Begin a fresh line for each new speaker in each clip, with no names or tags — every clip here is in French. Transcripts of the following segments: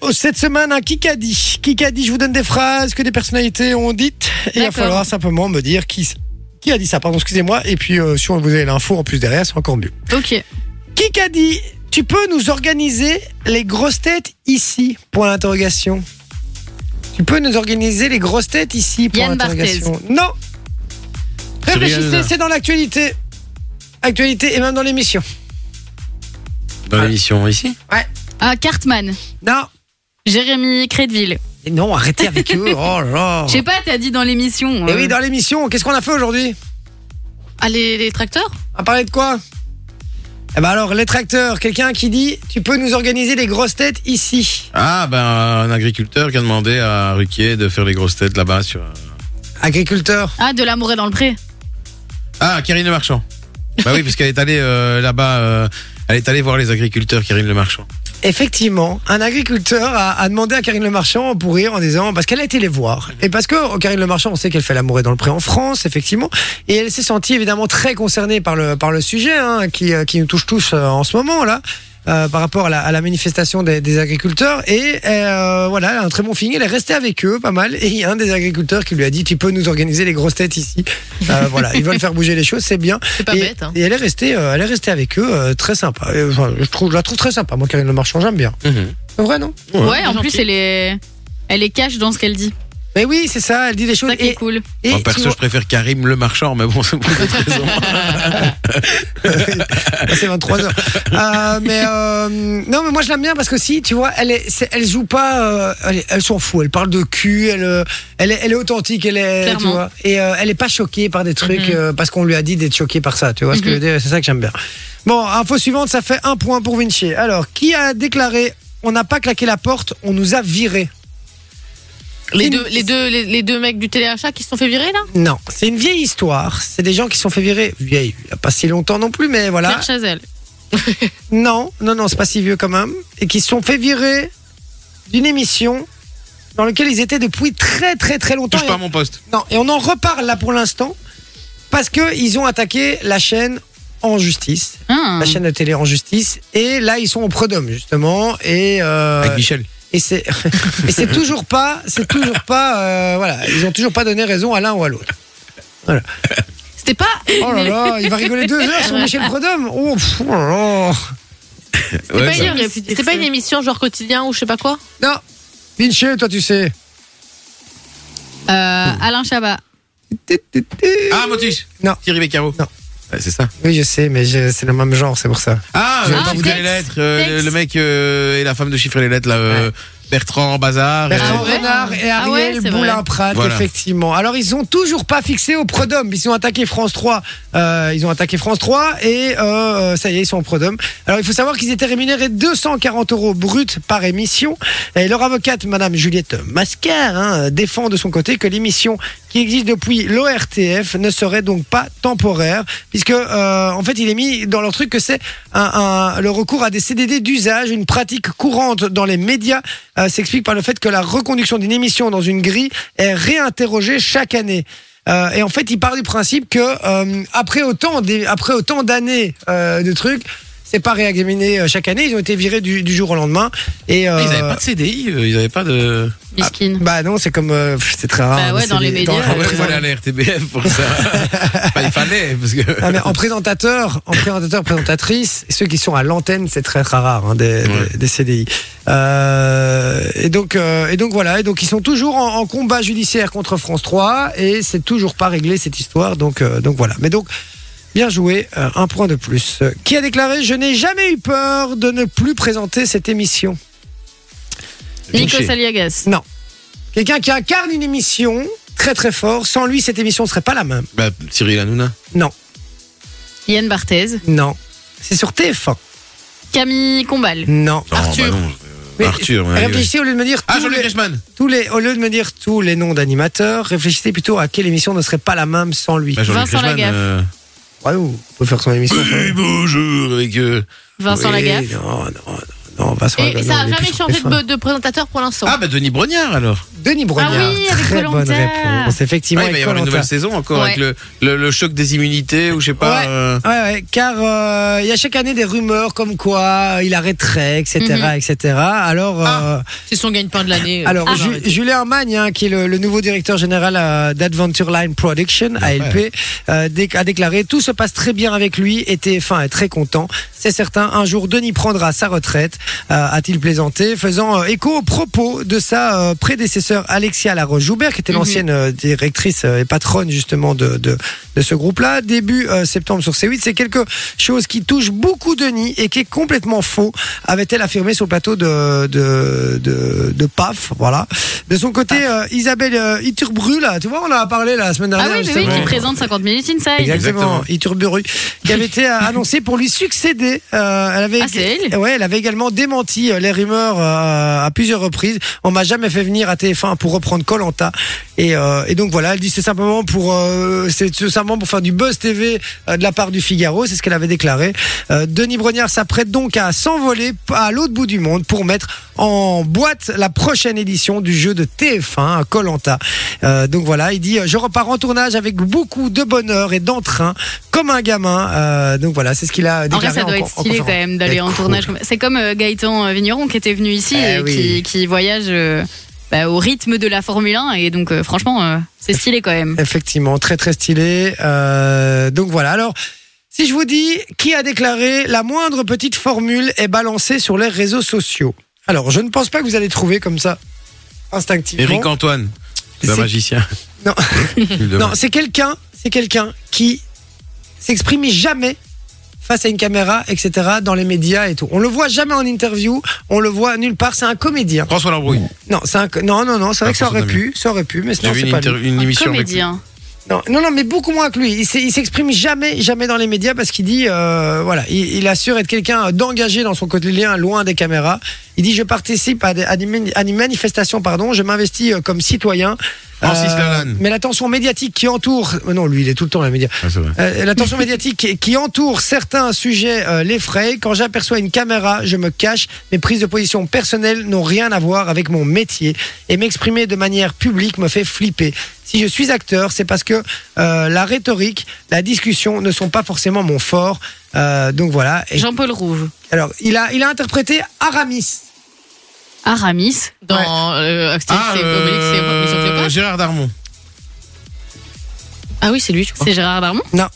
Oh, cette semaine hein, un Kikadi. Kikadi, je vous donne des phrases que des personnalités ont dites. Et il va
D'accord.
falloir simplement me dire qui, qui a dit ça. Pardon, excusez-moi. Et puis, euh, si on vous avez l'info en plus derrière, c'est encore mieux.
Ok.
Kikadi, tu peux nous organiser les grosses têtes ici Point d'interrogation. Tu peux nous organiser les grosses têtes ici Point
Yann Barthez.
d'interrogation. Non Réfléchissez,
Cyril.
c'est dans l'actualité. Actualité et même dans l'émission.
Dans l'émission ici
Ah, Cartman.
Non
Jérémy Crédville.
Et Non, arrêtez avec eux. Oh là là.
Je sais pas, t'as dit dans l'émission.
Eh
Et
euh,
oui, dans l'émission, qu'est-ce qu'on a fait aujourd'hui
Ah, les, les tracteurs
On a parlé de quoi Eh ben alors, les tracteurs, quelqu'un qui dit Tu peux nous organiser les grosses têtes ici.
Ah, ben, un agriculteur qui a demandé à Ruquier de faire les grosses têtes là-bas sur.
Agriculteur.
Ah, de l'amour est dans le pré.
Ah, Karine Le Marchand. Bah oui, parce qu'elle est allée euh, là-bas. euh, elle est allée voir les agriculteurs, Karine Le Marchand.
Effectivement, un agriculteur a, a demandé à Karine Le Marchand pour rire en disant parce qu'elle a été les voir et parce que oh, Karine Le Marchand, on sait qu'elle fait l'amour et dans le pré en France, effectivement, et elle s'est sentie évidemment très concernée par le par le sujet hein, qui euh, qui nous touche tous euh, en ce moment là. euh, par rapport à la, à la manifestation des, des agriculteurs et euh, voilà elle a un très bon feeling elle est restée avec eux pas mal et il y a un des agriculteurs qui lui a dit tu peux nous organiser les grosses têtes ici Euh, voilà ils veulent faire bouger les choses c'est bien
C'est pas
et,
bête, hein.
et elle est restée, euh, elle est restée avec eux, euh, très sympa. Et, enfin, je trouve, je la trouve très sympa. Moi, Karine Le Marchand, j'aime bien.
Mhm.
C'est vrai, non
Ouais,
Ouais,
en
gentil.
plus, elle est. Elle est cash dans ce qu'elle dit.
Mais oui, c'est ça. Elle dit des
C'est
choses.
ça qui est
Et,
cool.
et
Moi, perso,
souvent-
je préfère Karim Le Marchand, mais bon, c'est pour d'autres raisons.
Ah, c'est 23 heures. Euh, mais euh, non, mais moi, je l'aime bien parce que si, tu vois, elle, est, c'est- elle joue pas, euh, elle, est- elle s'en fout. Elle parle de cul. Elle, euh, elle, est, elle est authentique. Elle est, tu
Clairement.
vois, et euh, elle est pas choquée par des trucs
Mhm.
euh, parce qu'on lui a dit d'être choquée par ça. Tu vois ce que je veux dire C'est ça que j'aime bien. Bon, info suivante, ça fait un point pour Vinci. Alors, qui a déclaré on n'a pas claqué la porte, on nous a virés
Les
Une-
deux, les, deux, les, les deux mecs du téléachat qui se sont fait virer là
Non, c'est une vieille histoire. C'est des gens qui se sont fait virer. Vieille, il n'y a pas si longtemps non plus, mais voilà.
Claire Chazelle.
Non, non, non, c'est pas si vieux quand même. Et qui se sont fait virer d'une émission dans laquelle ils étaient depuis très très très longtemps.
Touche pas à mon poste.
Et- Non, et on en reparle là pour l'instant parce que ils ont attaqué la chaîne en justice,
Hein.
Bah,
la chaîne de télé en justice. Et là, ils sont au prud'homme justement. Et euh,
Avec Michel.
et c'est et c'est toujours pas, c'est toujours pas, euh, voilà, ils ont toujours pas donné raison à l'un ou à l'autre.
C'était pas.
Oh là là, il va rigoler deux heures sur Michel Prudhomme. Oh, pff, oh là là.
C'était
Ouais,
pas,
bah,
une-
j'aurais pu dire
c'était pas
ça.
une émission genre quotidien ou je sais pas quoi
Non, Vinci, toi tu sais.
Hmm.
Euh, Alain Chabat.
Ah, Motus
Non.
Thierry Beccaro
Non.
Ouais, c'est ça.
Oui, je sais, mais je- c'est le même genre, c'est pour ça.
Ah, euh,
Ah,
pas vous dire les
texte,
lettres. euh,
texte.
le mec euh, et la femme de chiffrer les lettres, là, euh, Bertrand euh, Bazar.
Bertrand
Ah ouais
Renard et
Ah ouais,
Ariel
c'est vrai.
Boulin-Prat,
Voilà.
effectivement. Alors, ils ont toujours pas fixé au Prodhomme. Ils ont attaqué France 3. Euh, ils ont attaqué France 3 et euh, ça y est, ils sont au Prodhomme. Alors, il faut savoir qu'ils étaient rémunérés 240 euros bruts par émission. Et leur avocate, Madame Juliette Mascar, hein, défend de son côté que l'émission qui existe depuis l'ORTF ne serait donc pas temporaire, puisque euh, en fait, il est mis dans leur truc que c'est un- un- le recours à des CDD d'usage, une pratique courante dans les médias euh, s'explique par le fait que la reconduction d'une émission dans une grille est réinterrogée chaque année. Euh, et en fait, il part du principe que euh, après autant des- après autant d'années euh, de trucs, c'est pas réexaminé euh, chaque année. Ils ont été virés du, du jour au lendemain. Et euh,
Ils n'avaient pas de CDI, euh, ils n'avaient pas de.
Miskin.
Ah,
bah non, c'est comme euh, pff, c'est très rare.
Bah ouais,
c'est
dans les médias,
Ah ouais,
Euh,
il fallait aller à RTBF pour ça. Bah, il fallait, parce que.
Ah, mais en présentateur, en présentateur, présentatrice, ceux qui sont à l'antenne, c'est très très rare hein, des,
Ouais.
des- des CDI. Euh, et donc euh, et donc voilà, et donc ils sont toujours en, en combat judiciaire contre France 3 et c'est toujours pas réglé cette histoire. Donc euh, donc voilà. Mais donc bien joué, euh, un point de plus. Euh, Qui a déclaré je n'ai jamais eu peur de ne plus présenter cette émission.
Nico
Vinci.
Saliagas.
Quelqu'un qui incarne une émission très très fort. Sans lui, cette émission serait pas la même.
Bah, Cyril Hanouna.
Yann Barthez.
Non. C'est sur TF1.
Camille Combal.
Non.
Non,
Arthur.
bah non,
Mais-
euh, Arthur. ouais, ouais.
Réfléchis au lieu de me dire
Ah,
tous
Jean-Luc
les-
Reichmann.
tous les, au lieu de me dire tous les noms d'animateurs, réfléchissez plutôt à quelle émission ne serait pas la même sans lui.
Bah, Jean-Luc
Vincent
Reichmann,
Lagaffe.
euh,
Ouais, ou on peut faire son émission.
Oui, bonjour, avec. euh,
Vincent
Oui,
Lagaffe.
Non, non, non, Vincent
Et
Lagaffe,
ça
non,
a
il est
jamais
plus
changé
sur
de, de présentateur pour l'instant.
Ah, bah, Ah, Denis Brognard, alors.
Denis Brognard.
oui, avec
Très bonne
Koh-Lanta.
réponse. Effectivement,
Ouais, il va y
avec
avoir une
Koh-Lanta.
nouvelle saison encore
Ouais.
avec le, le, le choc des immunités ou je sais pas.
Ouais.
euh,
Ouais, ouais, car euh, il y a chaque année des rumeurs comme quoi euh, il arrêterait, etc.,
Mhm.
etc. Alors,
Ah.
euh,
C'est son gagne-pain de l'année. euh,
alors
ah,
on va
Ju-
arrêter.
Julien Magne, hein, qui est le, le nouveau directeur général euh, d'Adventure Line Production, ALP, euh, dé- a déclaré tout se passe très bien avec lui et TF1 est très content. C'est certain, un jour Denis prendra sa retraite, euh, a-t-il plaisanté, faisant euh, écho aux propos de sa euh, prédécesseur Alexia Laroche-Joubert, qui était
Mhm.
l'ancienne euh, directrice euh, et patronne justement de, de, de ce groupe-là. Début euh, septembre sur C8, c'est quelque chose qui touche beaucoup Denis et qui est complètement faux, avait-elle affirmé sur le plateau de, de, de, de PAF. Voilà. De son côté, euh, Isabelle euh, Iturbru, là, tu vois, on en a parlé la semaine
Ah
dernière.
oui, mais oui,
justement.
qui présente 50 minutes inside.
Exactement,
Exactement.
Iturburu, qui avait été euh, annoncé pour lui succéder. Euh, elle avait,
Ah, c'est elle
ouais, elle avait également démenti euh, les rumeurs euh, à plusieurs reprises. On m'a jamais fait venir à TF1 pour reprendre Colanta. Et, euh, et donc voilà, elle dit c'est simplement pour, euh, c'est tout simplement pour faire du buzz TV euh, de la part du Figaro. C'est ce qu'elle avait déclaré. Euh, Denis Brognard s'apprête donc à s'envoler à l'autre bout du monde pour mettre en boîte la prochaine édition du jeu de TF1, Colanta. Euh, donc voilà, il dit euh, je repars en tournage avec beaucoup de bonheur et d'entrain, comme un gamin. Euh, donc voilà, c'est ce qu'il a
En vrai,
déclaré.
ça doit
en-
être
en
stylé quand
conférence.
même d'aller en
Cool.
tournage. comme- C'est comme euh, Gaëtan euh, Vigneron qui était venu ici
Eh
et
oui.
qui, qui voyage euh, bah, au rythme de la Formule 1. Et donc, euh, franchement, euh, c'est stylé quand même.
Effectivement, très très stylé. Euh, donc voilà. Alors, si je vous dis qui a déclaré la moindre petite formule est balancée sur les réseaux sociaux. Alors, je ne pense pas que vous allez trouver comme ça instinctivement.
Eric Antoine, c'est un
C'est-
magicien.
Non.
Il devrait.
Non, c'est quelqu'un, c'est quelqu'un qui s'exprime jamais face à une caméra, etc., dans les médias et tout. On le voit jamais en interview, on le voit nulle part. C'est un comédien.
François Lambrouille.
Non, c'est un co- non, non, non. C'est vrai
Ah,
que ça aurait
François
pu, ça aurait pu, mais
J'ai
non,
vu
c'est
une,
pas
inter-
lui.
une émission avec lui.
Comédien.
Non, non, non, mais beaucoup moins que lui. Il s'est- il s'exprime jamais, jamais dans les médias parce qu'il dit, euh, voilà, il, il assure être quelqu'un d'engagé dans son quotidien, loin des caméras. Il dit, je participe à des, à des mani- à des manifestations, pardon, je m'investis euh, comme citoyen. Euh,
Francis Lalanne.
Mais la tension médiatique qui entoure, mais non, lui, il est tout le temps dans les médias.
Ah, c'est vrai.
Euh, la tension médiatique qui- qui entoure certains sujets euh, l'effraie. Quand j'aperçois une caméra, je me cache. Mes prises de position personnelles n'ont rien à voir avec mon métier. Et m'exprimer de manière publique me fait flipper. Si je suis acteur, c'est parce que euh, la rhétorique, la discussion ne sont pas forcément mon fort. Euh, donc voilà. Et-
Jean-Paul Rouve.
alors, il a, il a interprété Aramis.
Aramis.
Dans euh, Astérix
Ah,
et Obélix et
euh,
Mission Cléopâtre.
Gérard Darmon.
Ah oui, c'est lui, je crois.
C'est Gérard Darmon
Ah,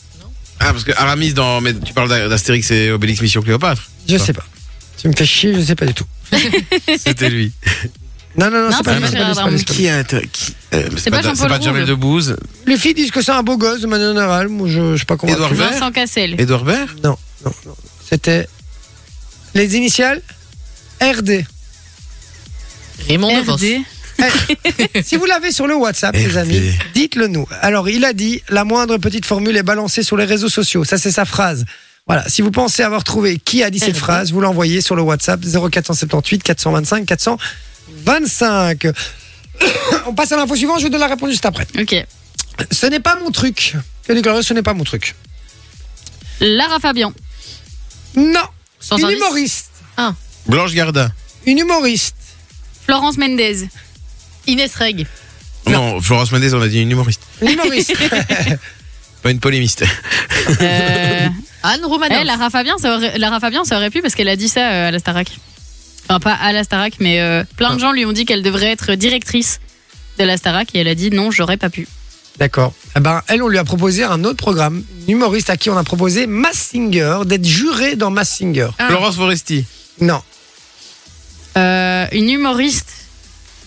parce que Aramis, dans... mais tu parles d'A- d'Astérix et Obélix Mission Cléopâtre.
Je
Ah.
sais pas. Tu me fais chier, je sais pas du tout.
C'était lui.
Non, non, non,
Non,
c'est pas,
c'est
lui,
pas
c'est pas lui,
Gérard
c'est pas lui,
Darmon.
c'est pas lui.
Qui a. Qui... euh,
C'est pas Jean-Paul
C'est pas Jamel
Rouve.
Debbouze.
Les filles disent que c'est un beau gosse de manière générale. Moi, je, je sais pas comment.
Édouard Vert.
Vincent Cassel.
Edouard Baird
Non, non, non. C'était les initiales RD.
Raymond Devos.
RD.
si vous l'avez sur le WhatsApp, les
RD.
amis, dites-le nous. Alors, il a dit la moindre petite formule est balancée sur les réseaux sociaux. Ça, c'est sa phrase. Voilà, si vous pensez avoir trouvé qui a dit cette
RD.
phrase, vous l'envoyez sur le WhatsApp 0478 425 425. On passe à l'info suivante, je vous donne la réponse juste après.
Ok.
Ce n'est pas mon truc. Que déclaré, ce n'est pas mon truc.
Lara Fabian.
Non,
Sans
une
indice.
humoriste.
Blanche Gardin.
Une humoriste.
Florence Mendez.
Inès Reg.
Non. Florence Mendez, on a dit une humoriste.
Une humoriste.
Pas une polémiste.
Euh,
Anne
eh,
Ah
Romanoff.
Lara, Fabian, ça aurait, Lara Fabian, ça aurait pu parce qu'elle a dit ça euh, à la Starac. Enfin, pas à la Starac, mais euh, plein
Ah.
de gens lui ont dit qu'elle devrait être directrice de la Starac et elle a dit non, j'aurais pas pu.
D'accord. Eh ben, elle, on lui a proposé un autre programme. Une humoriste à qui on a proposé Massinger, d'être juré dans Massinger.
Ah.
Florence Foresti.
Non.
Euh, une humoriste.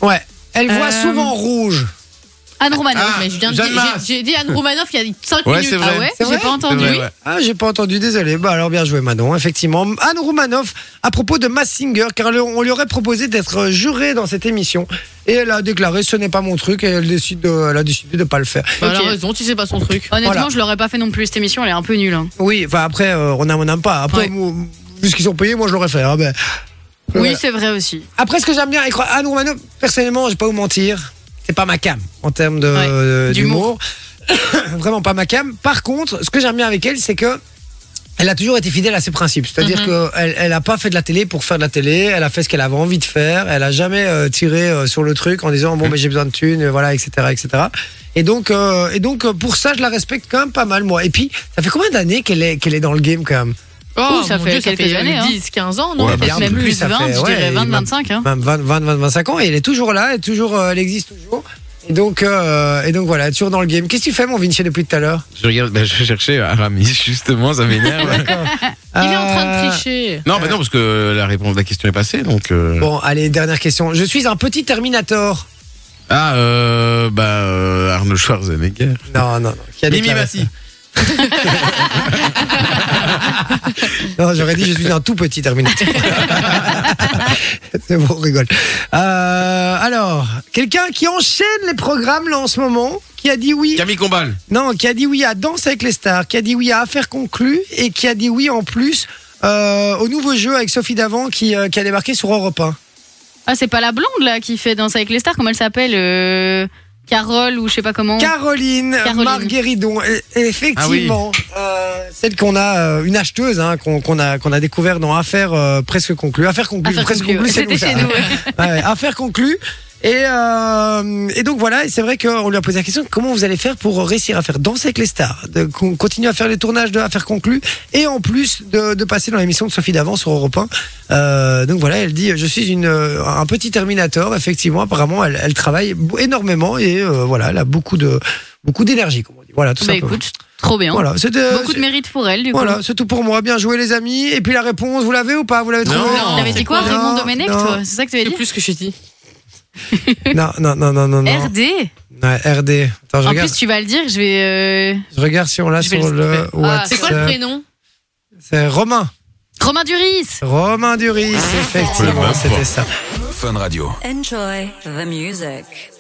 Ouais. Elle voit
Euh.
souvent rouge.
Anne Romanoff.
Ah,
Mais je viens de
Jeanne
dire-
Mas.
j'ai- J'ai dit Anne Romanoff il y a 5
Ouais,
minutes.
c'est vrai.
Ah ouais
C'est
J'ai
vrai
pas
C'est
entendu.
vrai,
Oui.
ouais.
Ah, j'ai pas entendu, désolé. Bah alors bien joué Manon, effectivement. Anne Roumanoff a proposé de Massinger car elle- on lui aurait proposé d'être jurée dans cette émission et elle a déclaré ce n'est pas mon truc et elle décide de, elle a décidé de pas le faire.
Bah, Elle
Ok.
a raison, tu sais pas son truc.
Honnêtement,
Voilà.
je l'aurais pas fait non plus. Cette émission, elle est un peu nulle. hein.
Oui, enfin après euh, on aime on n'aime pas. Après
Ouais.
moi, vu ce qu'ils ont payé, moi je l'aurais fait. hein, ben.
Oui,
Voilà.
c'est vrai aussi.
Après, ce que j'aime bien avec Anne Romano, personnellement, je vais pas vous mentir, c'est pas ma cam en termes de-
Ouais,
euh,
d'humour.
d'humour. Vraiment pas ma cam. Par contre, ce que j'aime bien avec elle, c'est que elle a toujours été fidèle à ses principes. C'est-à-dire
Mhm.
qu'elle elle a pas fait de la télé pour faire de la télé, elle a fait ce qu'elle avait envie de faire, elle a jamais euh, tiré euh, sur le truc en disant bon
Mhm.
mais j'ai besoin de thunes, euh, voilà, etc., etc. Et donc, euh, et donc euh, pour ça, je la respecte quand même pas mal moi. Et puis, ça fait combien d'années qu'elle est, qu'elle est dans le game quand même
Ouh, ça
Oh, mon
fait
Dieu, ça
quelques
fait
années, hein.
10, 15 ans, non
Ouais,
peut-être
bien
même
plus,
plus
ça
20,
fait-
je dirais
ouais,
20, 25. Hein.
Même 20, 20, 25 ans et elle est toujours là, elle, est toujours, euh, elle existe toujours. Et donc, euh, et donc voilà, elle est toujours dans le game. Qu'est-ce que tu fais mon Vinci depuis tout à l'heure
Je regarde, ben, je cherchais Aramis, justement, ça m'énerve.
Il est en train de
Euh,
tricher.
non, mais non, parce que la réponse de la question est passée, donc. euh,
Bon, allez, dernière question. Je suis un petit Terminator.
Ah, euh, bah, euh, Arnaud Schwarzenegger.
Non, non, non. Qui a
Mimi
déclaré
Massy.
Non, j'aurais dit je suis un tout petit Terminator. C'est bon, on rigole. Euh, alors, quelqu'un qui enchaîne les programmes là en ce moment, qui a dit oui.
Camille Combal.
Non, qui a dit oui à Danse avec les stars, qui a dit oui à Affaires conclues et qui a dit oui en plus euh, au nouveau jeu avec Sophie Davant qui, euh, qui a débarqué sur Europe 1.
Ah, c'est pas la blonde là qui fait danser avec les stars, comment elle s'appelle euh, Carole ou je sais pas comment.
Caroline,
Caroline.
Margueridon, Et- et effectivement, euh, celle qu'on a, euh, une acheteuse hein, qu'on qu'on a, qu'on a découvert dans Affaires euh, presque conclues. Affaires conclues,
Affaire
presque
conclue,
conclues,
ouais.
c'est
C'était
ça.
chez nous. ouais.
Ouais, ouais, affaire conclue. Et, euh, et donc voilà, et c'est vrai qu'on lui a posé la question comment vous allez faire pour réussir à faire danser avec les stars, de con- continuer à faire les tournages de Affaires conclues et en plus de, de passer dans l'émission de Sophie Davant sur Europe 1. Euh, donc voilà, elle dit je suis une, euh, un petit Terminator. Effectivement, apparemment, elle, elle travaille bo- énormément et euh, voilà, elle a beaucoup de beaucoup d'énergie, comme on dit. Voilà, tout
Bah
simplement.
écoute, trop bien.
voilà, c'était-
Beaucoup de mérite pour elle, du coup.
voilà, c'est tout pour moi. Bien joué les amis. Et puis la réponse, vous l'avez ou pas Vous l'avez
Non.
trouvé
Non.
T'avais dit quoi,
Non,
Raymond Domenech,
non.
toi C'est ça que tu avais
C'est
dit
plus ce que je dis.
Non, non, non, non, non. non.
RD
Ouais, RD. Attends, je
En
regarde.
plus, tu vas le dire, je vais. euh,
Je regarde si on l'a
Je vais
sur
le
le
skipper. Ah,
WhatsApp.
C'est quoi le prénom
C'est Romain.
Romain Duris
Romain Duris, effectivement,
Ouais, bah,
c'était ça.
Fun Radio.
Enjoy the music.